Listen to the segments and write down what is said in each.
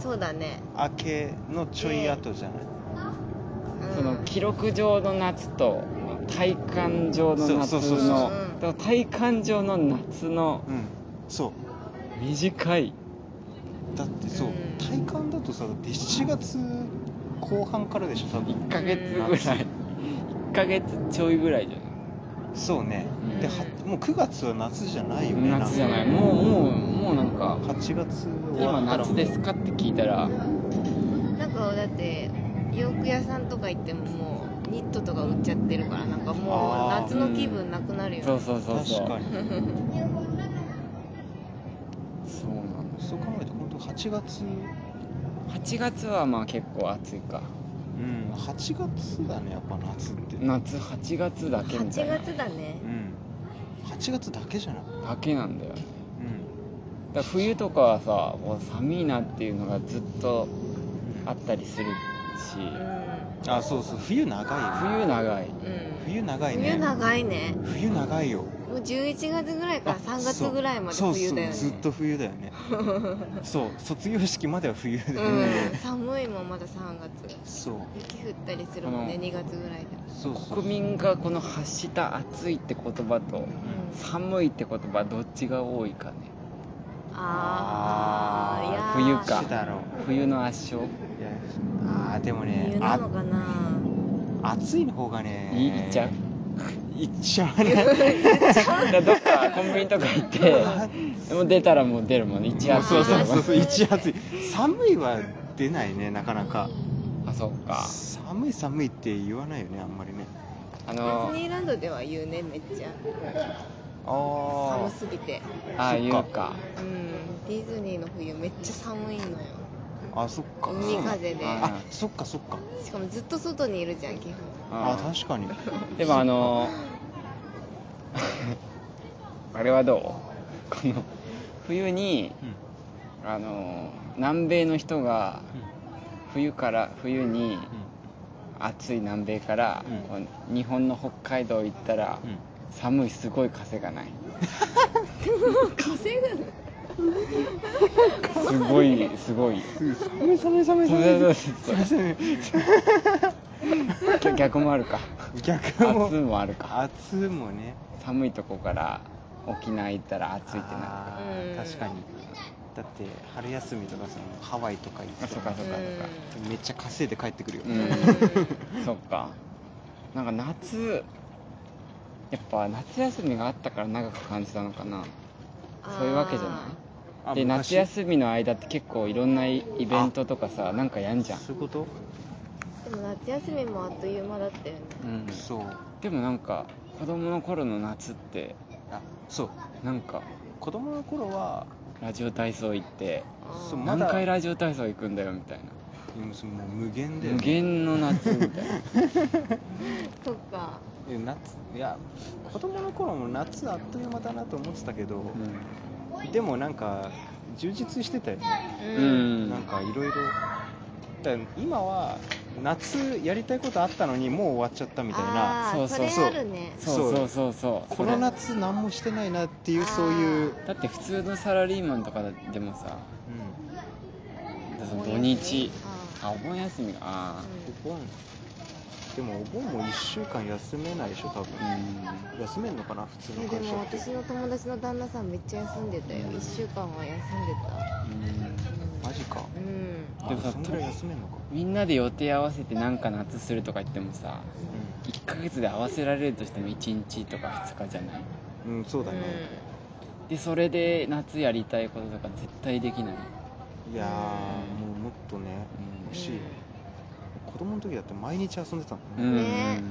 そうだね明けのちょい後じゃない、うんその記録上の夏と体感上の夏そうそうそうそうのうんだから体感上の夏のうんそ短いうだってそう、うん体感だとさだって7月後半からでしょ多分1ヶ月ぐらい1ヶ月ちょいぐらいじゃないそうね、うんではもう9月は夏じゃないよね夏じゃないんかもうもうもうなんか8月終わ今ったらも夏うですかって聞いたらなんかだって洋服屋さんとか行ってももうニットとか売っちゃってるからなんかもうあー夏の気分なくなるよねそうそうそうそ確うかにそうなのそう考えると本当8月8月はまあ結構暑いかうん8月だねやっぱ夏って夏8月だけみた8いな月だねうん8月だけじゃないだけなんだよねうだから冬とかはさもう寒いなっていうのがずっとんあったりするしうあそうそう冬長いよね冬長いん、うん、冬長いね冬長いね冬長いよもう11月ぐらいからあ3月ぐらいまでそう冬だよねそうそうずっと冬だよ ねそう卒業式までは冬だよね、うん、寒いもんまだ3月そう雪降ったりするもんねあの2月ぐらいでそうそう国民がこの発した暑いって言葉とうん寒いって言葉どっちが多いかねあーあいやー冬かどっちだろう冬の圧勝いやあーでもね冬なのあかな暑いの方がねいいっちゃういっちゃうね だからどっかコンビニとか行ってもう出たらもう出るもんね一や暑そいうとそうかそうそう一暑い寒いは出ないねなかなかあそっか寒い寒いって言わないよねあんまりねあディのズニーランドでは言うねめっちゃあ寒すぎてああいうかうんディズニーの冬めっちゃ寒いのよあそっか海風でああそっかそっかしかもずっと外にいるじゃん基本あうん確かにでもあの あれはどうこの冬にうんあの南米の人が冬から冬に暑い南米から、うんこう日本の北海道行ったら、うんうん寒いすごい風が ない稼ぐすごいすごい寒い寒い寒い寒いそうそう 逆逆もあるか逆も暑もあるか暑もね寒いとこから沖縄行ったら暑いってなあうんー確かにだって春休みとかそのハワイとか行あってそっかそっかめっちゃ稼いで帰ってくるようんるそっかなんか夏やっぱ夏休みがあったから長く感じたのかなそういうわけじゃないあで昔夏休みの間って結構いろんなイイベントとかさなんかやんじゃん、そういうこといでも夏休みもあっという間だったよねうん、そうでもなんか子供の頃の夏ってあそうなんか子供の頃はラジオ体操行ってあそうーまだ何回ラジオ体操行くんだよみたいなもう無限だよ無限の夏みたい なそっかいや夏いや子供の頃も夏あっという間だなと思ってたけど、でもなんか充実してたよね、う、うんん、うん、なんかいろいろだから今は夏やりたいことあったのにもう終わっちゃったみたいなあーそうそうそれあるねそうそうそうそうこの夏何もしてないなっていうそういう、だって普通のサラリーマンとかでもさうん、その土日ああお盆休みがあお盆でもお盆も1週間休めないでしょ多分、あうん休めんのかな普通えので会社もって私の友達の旦那さんめっちゃ休んでたよ1週間は休んでマジかたうんでもでもさそんぐらい休めんのか、みんなで予定合わせてなんか夏するとか言ってもさ1ヶ月で合わせられるとしても1日とか2日じゃないうん、うん、そうだね、でそれで夏やりたいこととか絶対できない、いやーもうもっとね欲しいよ、子供の時だって毎日遊んでたの、うねん、ね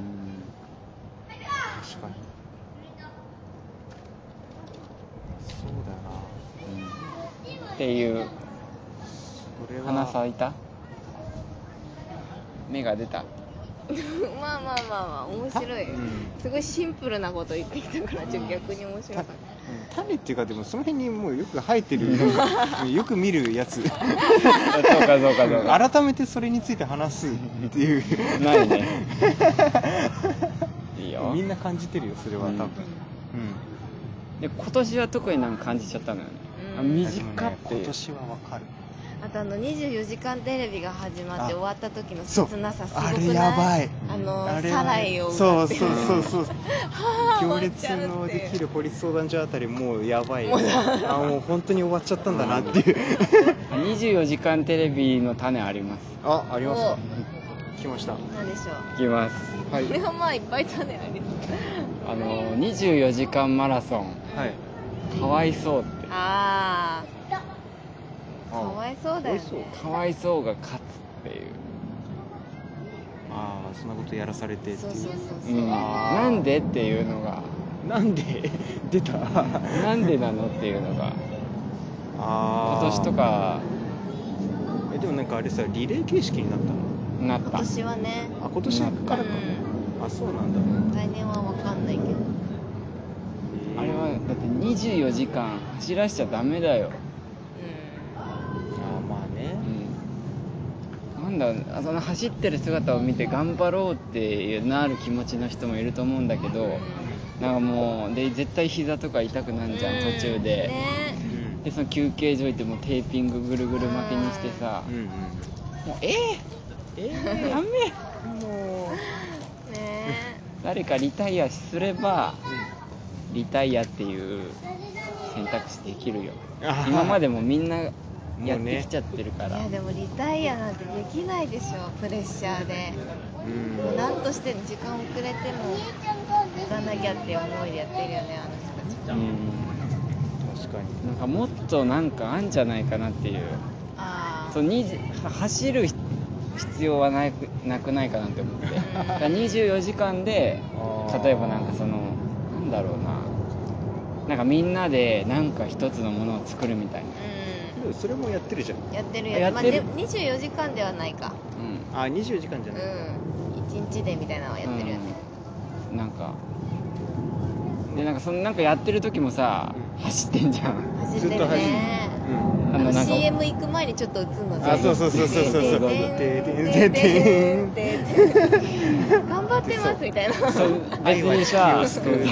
確かにそうだよなうんっていうそれは花咲いた芽が出 たうん まあまあまあまあ面白いうんすごいシンプルなこと言ってきたからちょっと逆に面白かったうん種っていうかでもその辺にもうよく生えてる よく見るやつそうかそうかそうか改めてそれについて話すっていうな いねいいよみんな感じてるよそれは多分、で今年は特になんか感じちゃったのよね、うんうん、短っでもねてい今う年はわかるあとあの24時間テレビが始まってあ終わった時のそう切なさすごくなあいれやばいあのあれはサライを歌そっうてそうそうそう はぁ終行わっち列ゃうってのできる法律相談所あたりもうやばいあもう本当に終わっちゃったんだなっていう24時間テレビの種あります あありますかお来ましたなんでしょういきますはいこれはまあいっぱい種ありそうあの24時間マラソンはいかわいそうってああかわいそうだよねかわいそうが勝つっていうああそんなことやらされてってそいうそうそううそう、うん、なんでっていうのがなんで出たなんでなのっていうのが今あー年とかえでもなんかあれさリレー形式になったなっ今た年はねのあ今年からか、あそうなんだ、うん来年はわかんないけどえーあれはだって24時間走らしちゃダメだよ、うあーまあねうん、なんだその走ってる姿を見て頑張ろうっていうなる気持ちの人もいると思うんだけどなんかもうで絶対膝とか痛くなるじゃんう途中で、ねうんでその休憩所行ってもうテーピングぐるぐる巻きにしてさうんうんもうええー、ダメー、もうね誰かリタイアすればリタイアっていう選択肢できるよあー今までもみんなやもうってねきちゃってるかいら、やでもリタイアなんてできないでしょプレッシャーでうんもう何としても時間遅れても行かなきゃっていう思いでやってるよねあの人たちうん確かになんかもっとなんかあんじゃないかなっていうああそう20走る必要はないなくないかなって思 ってだから24時間であー例えばなんかそのなんだろうななんかみんなでなんか一つのものを作るみたいな、でもそれもやってるじゃんうんやってるややっまあ、てるでも24時間ではないかうあ24時間じうゃんない、 1日でみたいなのはやってるよね、ん、なんかでなんかそのなんかやってる時もさ走ってん じゃん走ってるねうんあのなんか CM 行く前にちょっと映んのじゃんあそうそうそうそうそうそてうんてんててんんててんんてん頑張ってますみたいなそう別にさ愛は地球を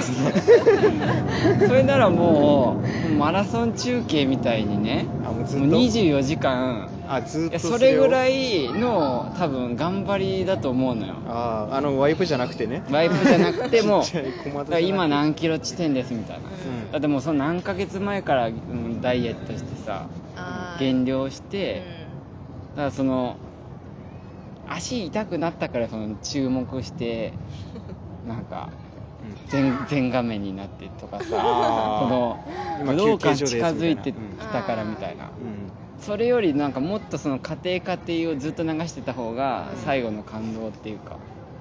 そうそれならもうもうマラソン中継みたいにねあもうずっもとう24時間あずっいやとそれぐらいいの多分頑張りだと思うのよあああのワイプじゃなくてねワイプじゃなくて もちっちゃい小だ窓から今何キロ地点ですみたいなうんだってもうその何ヶ月前からうんダイエットしてさあー減量して、うだからその足痛くなったからその注 目してなんかうん全全画面になってとかさそあーの今武道休館憩所です近みたいなづいてきたからみたいな、うんそれよりなんかもっとその家庭家庭をずっと流してた方がうん最後の感動っていうか、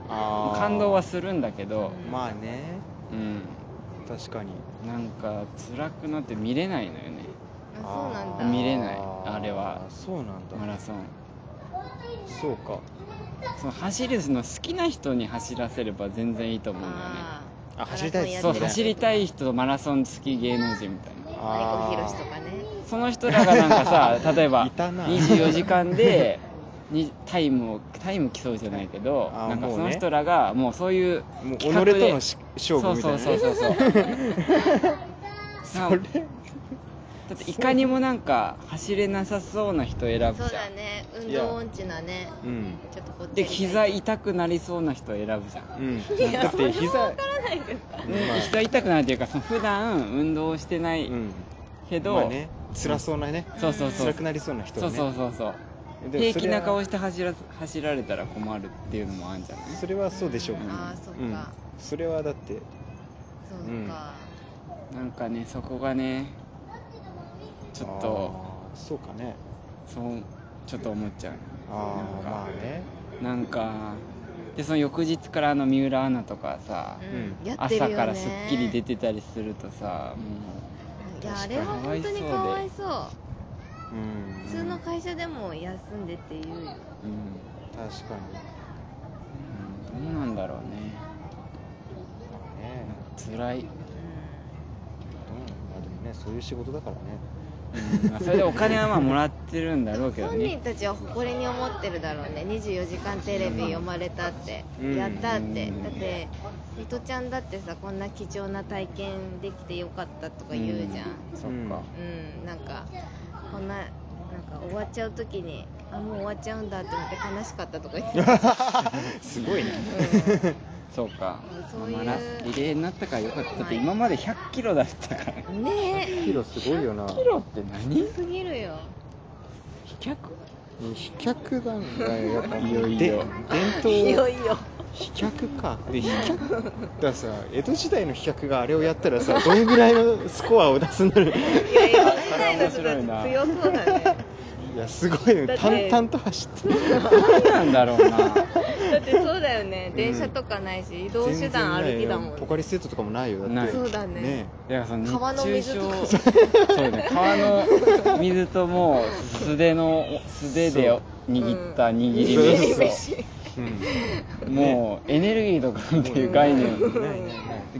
あー感動はするんだけどまあねうん確かになんか辛くなって見れないのよねんあそうあなーんだ見れないあれはそうなんだマラソンそうかその走るの好きな人に走らせれば全然いいと思うんだよねあーあ走りたいですそマラソンやうって走るりたい人マラソン好き芸能人みたいなマイコヒロシあとかねその人らがなん かさ例えばいたな24時間 でにタイムをタイム競うじゃないけどあーなんかもうねその人らがもうそういうーもう己企画でとのし勝負みたいなねそうそうそうそう それだっていかにもなんか走れなさそうな人選ぶそじうだゃん、ね運動音痴なねうんちょっとこっちで膝痛くなりそうな人選ぶじゃん、うんいやだって膝わからないけどまあ膝痛くなるというかその普段運動をしてないうんけど、まあね辛そうなねそうそうそう辛くなりそうな人そをうねそうそうそうでもそれは平気な顔して走ら走られたら困るっていうのもあるんじゃないそれはそうでしょううんあーそっかうんそれはだってそうかなんかねそこがねちょっとあーそうかねそうちょっと思っちゃうああまあねなんかでその翌日からあの三浦アナとかさ、うんうんやってるよ朝ねから『スッキリ』出てたりするとさもいやあれは本当にかわいそううん普通の会社でも休んでって言うよう、うん確かにうんどうなんだろうねまあね辛い、うんまあでもねそういう仕事だからね うんまあそれでお金はまあもらってるんだろうけど本人ねたちは誇りに思ってるだろうね24時間テレビ読まれたって、うんやったって、うんだってミトちゃんだってさこんな貴重な体験できてよかったとか言うじゃんそっか、ううんん、なんかこんななんかか終わっちゃう時にあもう終わっちゃうんだって思って悲しかったとか言 ってた、すごいねうんそうかそういうまあラリレーになったからよかっただって今まで1 0 0キロだったから100ねえキロすごいよなキロって何すぎるよ飛脚飛脚だねやっぱいよいよでい伝よ統いよ飛脚かで飛脚だからさ江戸時代の飛脚があれをやったらさどんぐらいのスコアを出すんだろ ういやいや大体の人たち強そうだねいやすごいねだっ淡て々と走ってる何なんだろ うなだってそうだよねん電車とかないし移動手段歩きだもんポカリスエットとかもないよだっなていそうだねねだからその川の熱水と中か症そうね川の水ともう素手の素手で握った握りそう飯そう飯うん もうエネルギーとかっていう概念うんないないない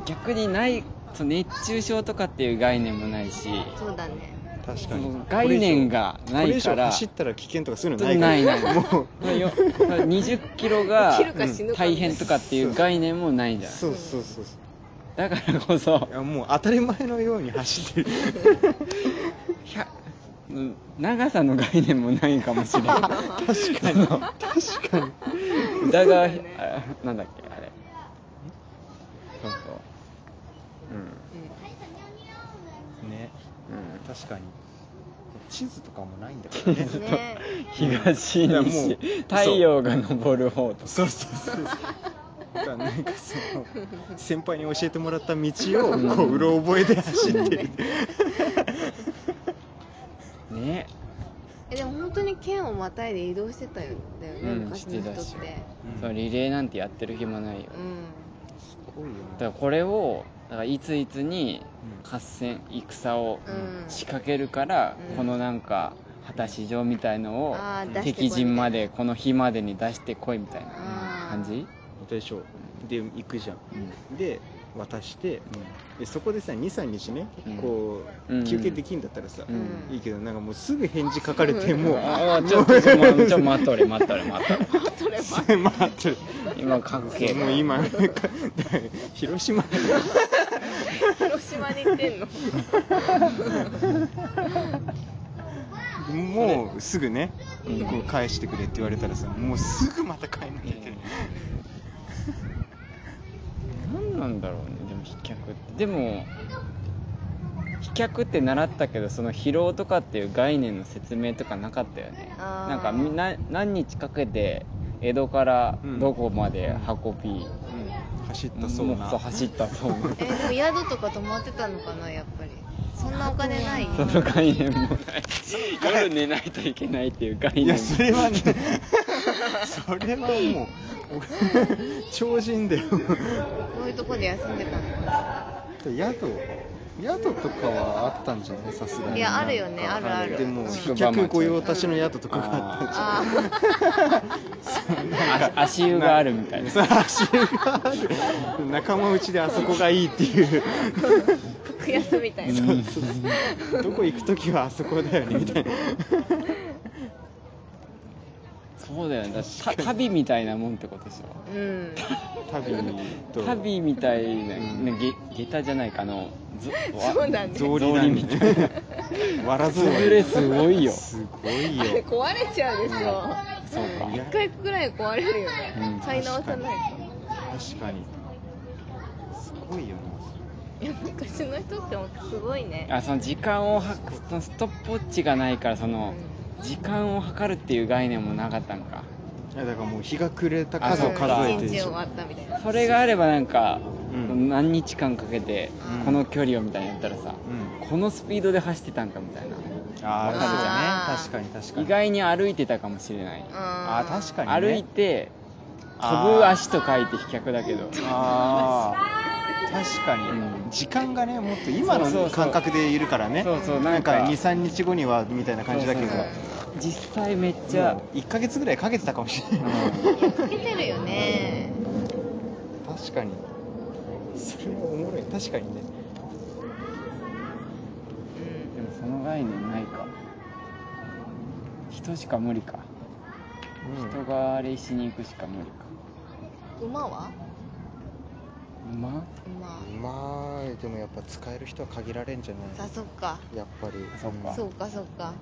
逆にないそう熱中症とかっていう概念もないし そうだね確かに概念がこなれ以上いから走ったら危険とかそういうのなないいからないもうよ20キロが生きるか死ぬか大変とかっていう概念もないんじゃないそうそうそうそうだからこそいやもう当たり前のように走ってる100うん長さの概念もないかもしれない確かに確かにそだが、うだねあなんだっけあれそうそうねうん、うん、確かに地図とかもないんだからねうんね東いやもう西太陽が昇る方とそうそうそうだからなんかその先輩に教えてもらった道をこううろ覚えで走ってるねえでも本当に県をまたいで移動してたんだよね、うん昔の人ってしてたしうんそうリレーなんてやってる暇ないようすごいよだねからこれをだからいついつにうん合戦戦ん、をうん、仕掛けるから、うんこのなんか果たし状みたいのをあー出してこい敵陣までこの日までに出してこいみたいな感じ、でしょで行くじゃんうんで渡してでそこでさ23日ねこううん休憩できんだったらさうんうんいいけどなんかもうすぐ返事書かれてもうああ ちょっとちょっとちょっと待っとれ待っとれ待っとれそれはまあちょっ今書くけとどもう今 広島広島に行ってんのもうすぐねうんこう返してくれって言われたらさもうすぐまた買いに行って何なんだろうねでも飛脚ってでも飛脚って習ったけどその疲労とかっていう概念の説明とかなかったよねあーなんかみんな何日かけて江戸からどこまで運び、走ったそうもなう走ったそうなえでも宿とか泊まってたのかなやっぱりそんなお金ない その概念 もない夜寝ないといけないっていう概い念やもそれはね それはもう 超人だよこういうとこで休んでたのかな宿宿とかはあったんじゃないさすがにいやあるよねあるあるでもうん飛脚御用達の宿とかがあったんじあー あ足湯があるみたゃ いないなそう足がある仲間内であそこがいいっていう格安みたいな、うんどこ行く時はあそこだよねみたいなそうだよねだってた旅みたいなもんってことでしょうん、旅と旅みたいな、うんねげ下駄じゃないかあのぞそうだね草履草だ履みみたいなわらぞう崩れすごいよすごいあれよ 壊れちゃうでしょそうかいや一回くらい壊れるよね、うん買い直さないと確かにすごいよないや昔の人って本当すごいねあその時間をはそのストップウォッチがないからその時間を計るっていう概念もなかったんかいやだからもう日が暮れた数そをう数え一てる日でし終ょわったみたいなそれがあればなんか、うん何日間かけてうんこの距離をみたいにやったらさ、うんこのスピードで走ってたんかみたいなあああーそうだね確かに確かに意外に歩いてたかもしれない、あー確かにね歩いてあー飛ぶ足と書いて飛脚だけどああ確かに、うん時間がねもっと今そうそうのそう感覚でいるからねそうそうなんかなんか23日後にはみたいな感じだけどそう実際めっちじゃあゃ、 1ヶ月ぐらいかけてたかもしれない、うんいやかけてるよね確かにそれもおもろい確かにねうんでもその概念ないか人しか無理か人がレースに行くしか無理か馬は馬馬うんまあでもやっぱ使える人は限られんじゃないさそっかやっぱりそっかそうかそうか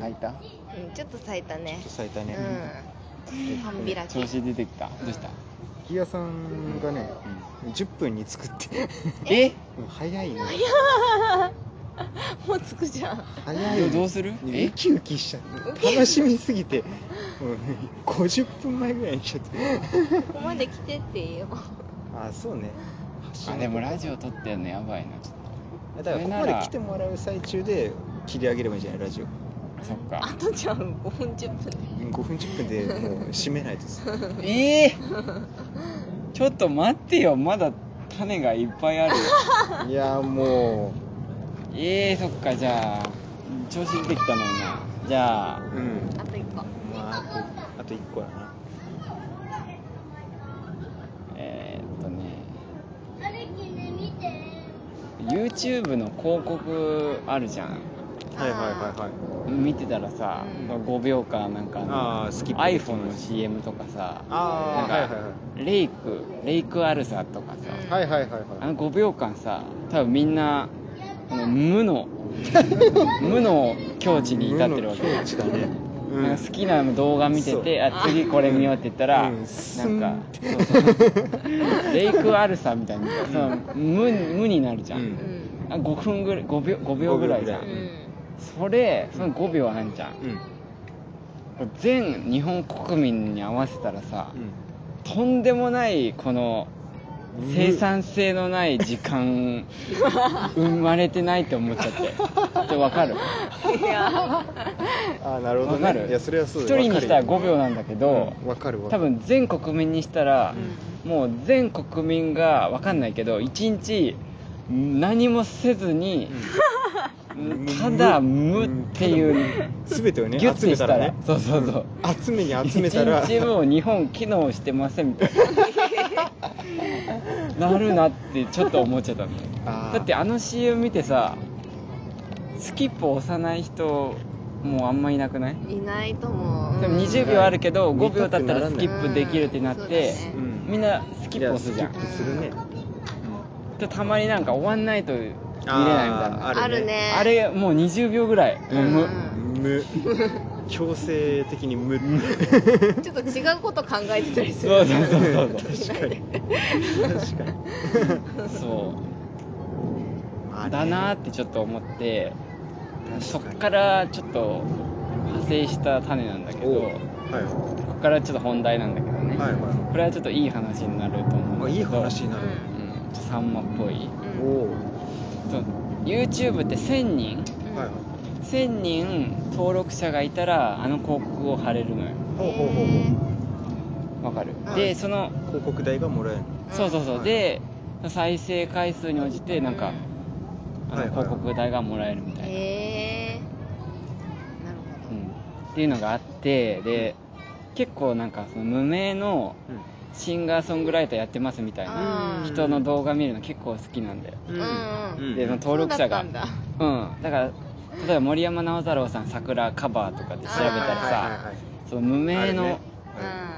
咲いたうん、ちょっと咲いたねちょっと咲いたうね、ん半開き調子出てきたどうしたギアさんがね、10分に作ってえうん早いね もうつくじゃん早いどのうどうするねえウキウキしちゃって楽しみすぎて、うん、50分前ぐらいに来ちゃってここまで来てってよあそうねあでもラジオ撮ってんのやばいなちょっだからここまで来てもらう最中で切り上げればいいんじゃないラジオとそっかあとじゃん5分10分でうん5分10分でもう締めないとさええちょっと待ってよまだ種がいっぱいある いやもええそっかじゃあ調子出てきたのになじゃうあうんあと一個まああとあと1個だなえー、っとね YouTube の広告あるじゃんはいはいはいはい見てたらさ、うん5秒間なんかあースキップでき iPhone の CM とかさああなはんいかレイクレイクアルサとかさ、うんはいはいはいはいあはいの5秒間さ多分みんなあの 無の無の境地に至ってるわけ無じのゃ境ん地だねうんなんか好きな動画見てて、そうあ次これ見ようって言ったら、うんなんかそうそうレイクアルサみたいな、その無無になるじゃん、うんうんあ5分ぐらい5秒 ,5 秒ぐらいじゃん、五う秒んそれその5秒あんじゃん、うんこれ全日本国民に合わせたらさ、うんとんでもないこの生産性のない 時間生まれてないって思っちゃってってわかいるやああなるほわどかねるいやそれはそう一だよ人にしたらわか5秒なんだけど、るよわかるわ多分全国民にしたら、もう全国民がわかんないけど1日何もせずに、うんただ無っていう、全てをねギュッ集めてしたたららねそうそうそう、うん集めに集めたら一日もう日本機能してませんみたい ななるなってちょっと思っちゃったのあーだってあの CM 見てさスキップ押さない人もうあんまいなくないいないと思うでも20秒あるけど5秒経ったらスキップできるってなっうんそうだてねうんみんなスキップ押すじゃんいやスキップするねでたまになんか終わんないと見れないみたいなああるねあるねれもう20秒ぐらい、うんもう無 強制的に無 ちょっと違うこと考えてたりするそうそうそうそうそ確かに確かにうそうあれだなーってちょっと思ってにそっからちょっと派生した種なんだけおどうはここからちょっと本題なんだけどいね、はいはこれはちょっといい話になるといあ思うんだけどいい話になるうんサンマっぽいうんうんおおそう YouTube って1000人うんはいはい1000人登録者がいたらあの広告を貼れるのよほうほうほうへほわかる、うんでそのう広告代がもらえるそうそうそう、はいで再生回数に応じてなんか、あのはいはい広告代がもらえるみたいな、ーへえなるほうんっていうのがあってで結構なんかその無名のシンガーソングライターやってますみたいなあー人の動画見るの結構好きなんだよ、んうんでそのど登録者がそうだったんだうんだから例えば森山直太朗さん「桜カバー」とかで調べたらはいはいはいさはいその無名の、あれね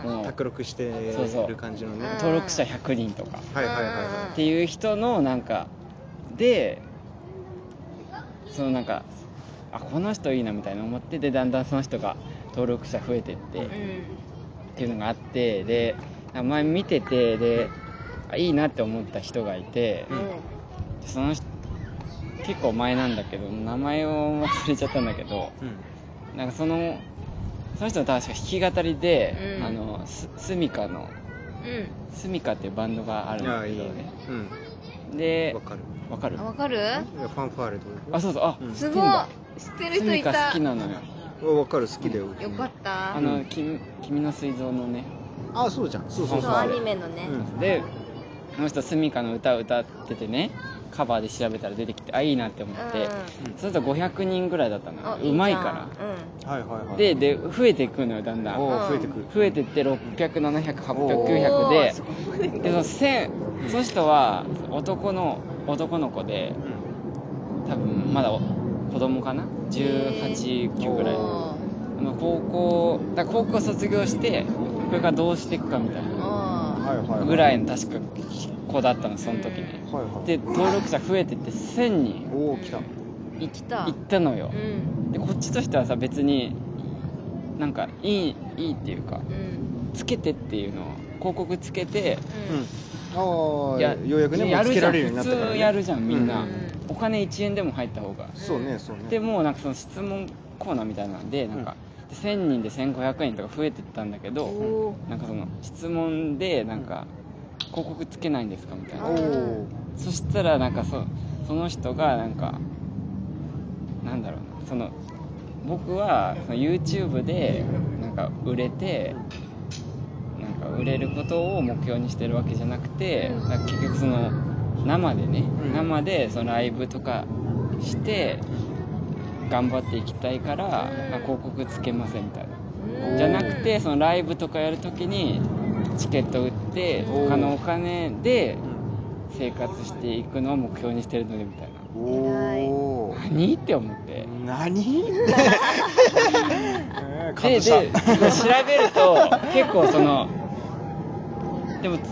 うもんう卓録してそうそうる感じのねうん登録者100人とかはいはいはいうんっていう人のなんかでそのなんかあこの人いいなみたいな思ってでだんだんその人が登録者増えてって、っていうのがあってで前見ててであいいなって思った人がいてうんうんでその人結構前なんだけど名前を忘れちゃったんだけどうんなんかそのその人の確か弾き語りで、うんあのススミカのスミカっていうバンドがあるんいやだけいいどねねうでんわかるわかるうんあわかるいやファンファーレとあそうそうあ、うん知すってんごいだ知ってるス人ミいカた好きなのようわわかる好きだよよかったあの君君の水蔵のねあそうじゃんそうそうそうアニメのねうんでこの人スミカの歌を歌っててねカバーで調べたら出てきてあいいなって思って、うんそうすると500人ぐらいだったのあよいいじゃうんまいかうはいはいはらいでで増えていくのよだんだおんー増えてくる増えてっておー600700800でそでその1000その人は男の男の子でうん多分まだお子供かな189ぐらいおあーの高校だから高校卒業してこれからどうしていくかみたいなあはいはいはいぐらいの確か子だったのその時にはいはいで登録者増えてって1000人おお来たう行きた行ったのよう、んでこっちとしてはさ別になんかいいいいっていうかうんつけてっていうのを広告つけてうん、ああようやくねもやうつるけじらゃんれるようになったから、普ね、通やるじゃんみんな、うんお金1円でも入った方がそうねそうねでもうなんかその質問コーナーみたいなんでなんか、で1000人で1500円とか増えてったんだけうんどおーなんかその質問でなんか広告つけないんですかみたいおなおそしたらなんかそその人がなんかなんだろうなその僕はその YouTube でなんか売れてなんか売れることを目標にしてるわけじゃなくてうんなんか結局その生でねうん生でそのライブとかして頑張っていきたいからうんなんか広告つけませんみたいなうんじゃなくてそのライブとかやるときにチケット売っておー他のお金で生活していくのを目標にしてるのでみたいなおおー何って思って 何えーカッででトしたで調べると結構そのでもつ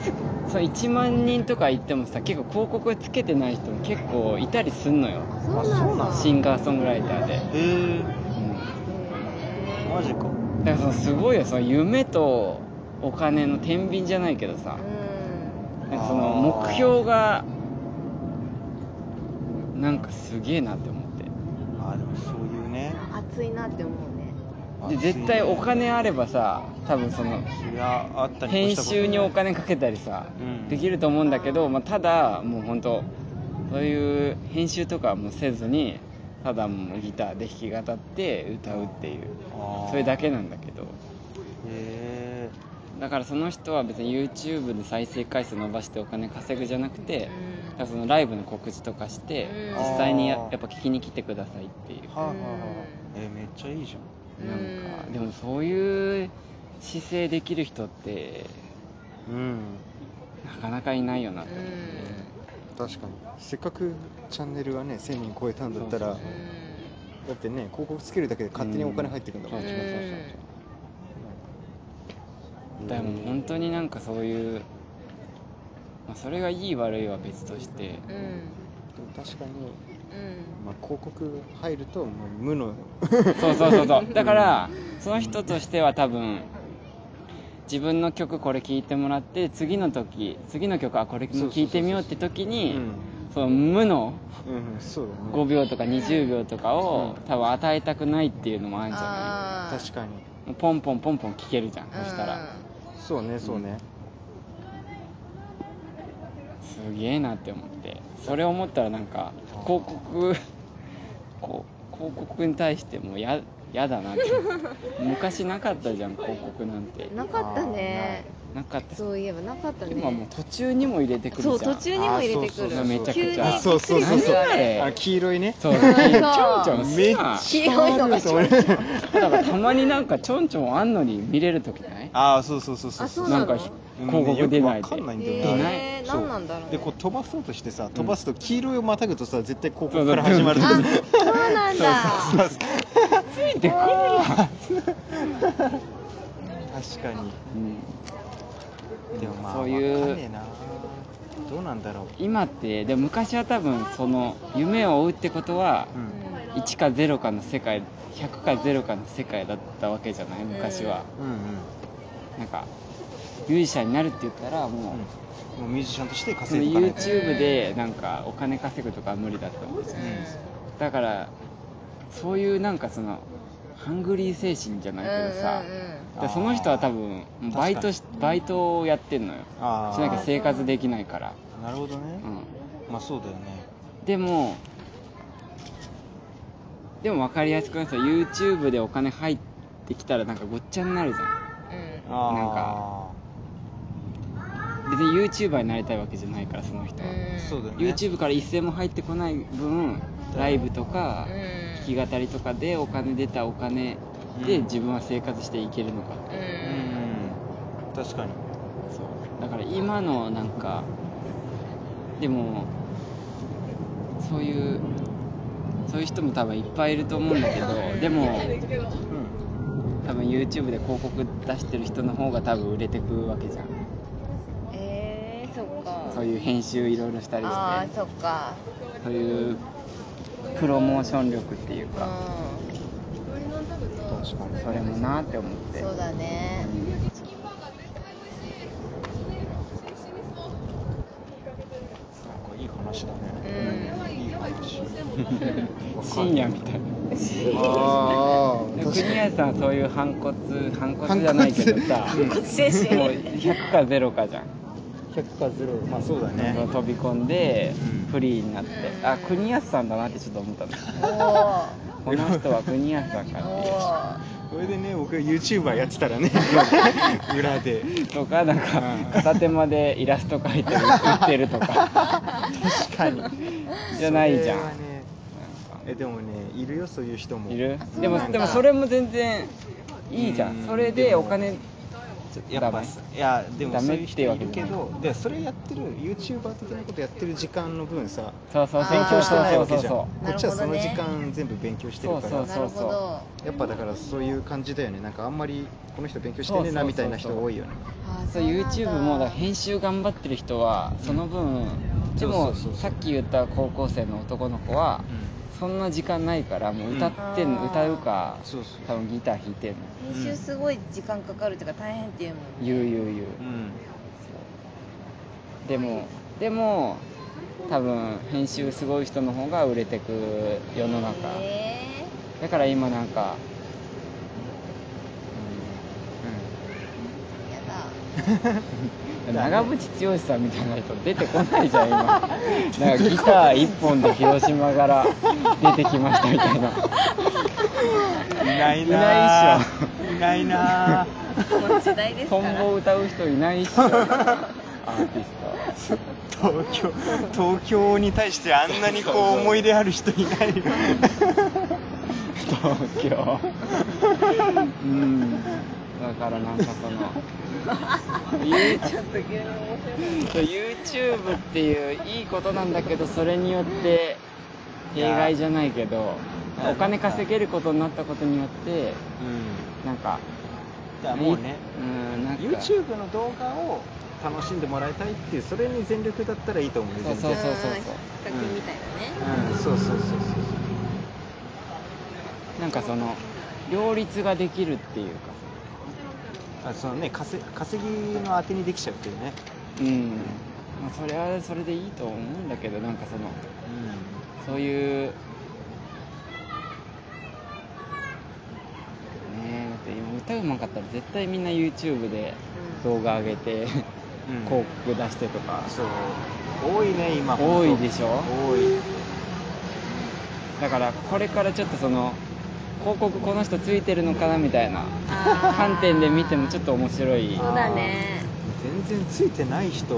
その1万人とか行ってもさ結構広告つけてない人も結構いたりすんのよそうなんだあそうなんだシンガーソングライターで、えうー、マジかん、だからそのすごいよその夢とお金の天秤じゃないけどさうなんかその目標がなんかすげえなって思ってあでもそういうねん熱いなって思うねで絶対お金あればさ多分そのいやあったり編集におか金かけたりさ、うんできると思うんだけど、まあ、ただもう本当そういう編集とかはもうせずにただもうギターで弾き語って歌うっていうあーそれだけなんだけどへだからその人は別に YouTube で再生回数伸ばしてお金稼ぐじゃなくてだからそのライブの告知とかしてうん実際にやあーやっぱ聞きに来てくださいっていうえはいはいはいえーめっちゃいいじゃんうんなんかでもそういう姿勢できる人ってうんなかなかいないよなっうてん思って。確かにせっかくチャンネルがね1000人超えたんだったらそうそうだってね広告つけるだけで勝手にお金入ってくんだから、うんでも本当になんかそういう、まあ、それがいい悪いは別としてうんうんでも確かに、うんまあ、広告入るともう無のそうそうそう そうだからその人としては多分自分の曲これ聴いてもらって次の時次の曲あこれも聴いてみようって時うにん、その無のうん、そうだ5ね秒とか20秒とかを多分与えたくないっていうのもあるんじゃあー確かにないもうポンポンポンポン聴けるじゃんそしたうんらそうねそうね、すげえなって思ってそれ思ったらなんか広告こう広告に対してもややだ なって思う昔なかったじゃん広告なんてなかったねなかったそういえばなかったね今もう途中にも入れてくるじゃんそう途中にも入れてくあーそうそうそうるめ急にびっくりあそうそうそちゃくちゃあうすそるう何あれあの黄色いねそうちょそうんちょんめっちすゃな黄色いのがちょっとだからたまになんかちょんちょんあんのに見れる時ないああそうそうそうそうあそうななんのかひ広告出ないで、うんねよくわかんないんだよ出ね、ないえー、そう何なんだろう、ね、でこう飛ばそうとしてさ飛ばすと黄色いをまたぐとさ絶対広告からそう始そうまるあそうなんだでこんな確かにうんでもまあそうわかんねいえうなどうなんだろう今ってでも昔は多分その夢を追うってことはうん1か0かの世界100か0かの世界だったわけじゃない昔は、うんうんなんかミュージシャンになるって言ったらもう、うんもうミュージシャンとしてそ稼いのでいかないと YouTube でなんかお金稼ぐとかは無理だと思うだからそういうなんかそのハングリー精神じゃないけどさ、うんうんだからその人は多分バイトしバイトをやってんのよあしあなきゃ生活できないから、なるほどねう、ん、まあそうだよねでもでも分かりやすくないさ YouTube でお金入ってきたらなんかごっちゃになるじゃうんあん別に YouTuber になりたいわけじゃないからその人は、あそうだよね YouTube から一銭も入ってこない分ライブとか弾きが語りとかでお金出たお金でうん自分は生活していけるのかって、ううんん確かにそうだから今のなんかでもそういうそういう人も多分いっぱいいると思うんだけどでもうん多分 YouTube で広告出してる人の方が多分売れてくわけじゃんえー、そっかそういう編集いろいろしたりああしてそっかそういうプロモーション力っていうか確かにそれもなって思ってそうだねなんかいい話だうね、んいい話 深夜みたいなああ国安さんはそういう反骨反骨じゃないけどさ反もう骨精神100か0かじゃん100か0まあそうだねその飛び込んでうんフリーになってうんあ国安さんだなってちょっと思ったのおーこの人は国安さんかっていうおそれでね僕が YouTuber やってたら ね裏でとかなんかうん片手間でイラスト描いて売ってるとか確かにじゃないじゃんそれはねえでもねいるよそういう人もいるそうでなもんだでもそれも全然いいじゃうんんそれでお金やっダぱメいやでもダメそういう人いるってけわけじゃどでそれやってる YouTuber 的なことやってる時間の分さそうそうそう勉強してないわけじゃんそこうっちはそなのる時ほど間全部勉強してるからそうーなるほどやっぱだからそういう感じだよねなんかあんまりこの人勉強してねえそうそうそうなそうみたいな人が多いよねあーそうなんだ YouTube もだから編集頑張ってる人はその分でそもうそうそうさっき言った高校生の男の子はそんな時間ないからもう歌ってんうんの歌うかそうそう多分ギター弾いてんの編集すごい時間かかるっていうか大変っていうもんね言う言う言ううんでもでも多分編集すごい人の方が売れてく世の中えだから今なんかー、やだ長渕剛さんみたいな人出てこないじゃん今なんかギター一本で広島から出てきましたみたいないないいないなっいいないな この時代ですかトンらボ歌う人いないっしょアーティスト東京東京に対してあんなにこう思い出ある人いないよ東京うんだからなんかそのちょっと急に面白い YouTube っていういいことなんだけどそれによって弊害じゃないけどいやお金稼げることになったことによってうんなんかだからもうねうんなんか YouTube の動画を楽しんでもらいたいっていうそれに全力だったらいいと思うよそ全うそう然そうそう作品みたいなね、うんそうそうそうそうなんかその両立ができるっていうかあそのね稼稼ぎの当てにできちゃうっていうねうんまあそれはそれでいいと思うんだけどなんかそのそういうねえだって今歌うまかったら絶対みんな YouTube で動画上げてうん、うん、広告出してとかそう多いね今多いでしょ多いだからこれからちょっとその広告この人ついてるのかなみたいなあー観点で見てもちょっと面白いそうだね全然ついてない人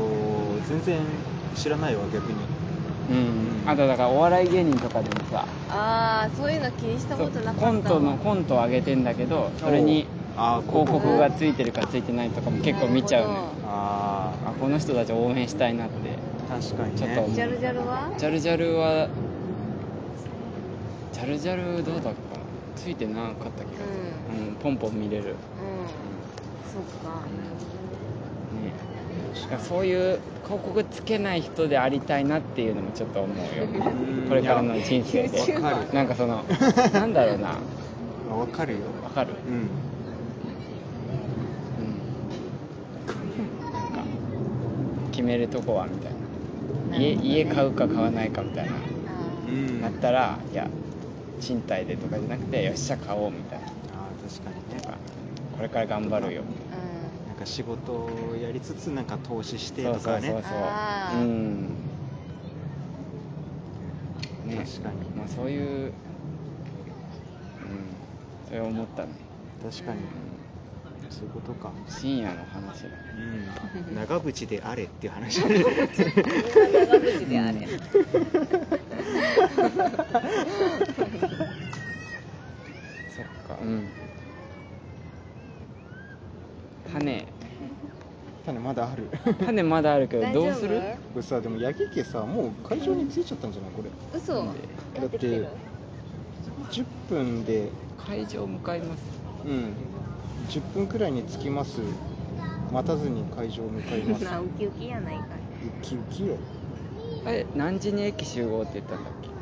全然知らないわ逆にうんあとだからお笑い芸人とかでもさああそういうの気にしたことなかったコントのンコントを上げてんだけどそれにあー広告がついてるかついてないとかも結構見ちゃうねああこの人たち応援したいなってー確かにねちょっと思うジャルジャルはジャルジャルはジャルジャルどうだったかなついてなかった気がするうん、ポンポン見れるうんそっかねだからそういう広告つけない人でありたいなっていうのもちょっと思うようんこれからの人生いやでわかるなんかそのなんだろうなあわかるよわかるうんうんなんか決めるとこはみたいななる家ほどね家買うか買わないかみたいな、あ うんなったらいや賃貸でとかじゃなくてよっしゃ買おうみたいなあー確かにねなんかこれから頑張るよーうんなんか仕事をやりつつなんか投資してとかねそうそうそうあうーんね確かにまあそういううんそれを思ったね確かにそういうことか深夜の話だうん長渕であれっていう 話ね長渕であれそっかうん種まだある種まだあるけど大丈夫どうするこれさでも八木家さもう会場に着いちゃったんじゃないこれ嘘だって10分で会場向かいますうん10分くらいに着きます待たずに会場向かいますなウキウキやないかいウキウキよえ何時に駅集合って言ったんだっけ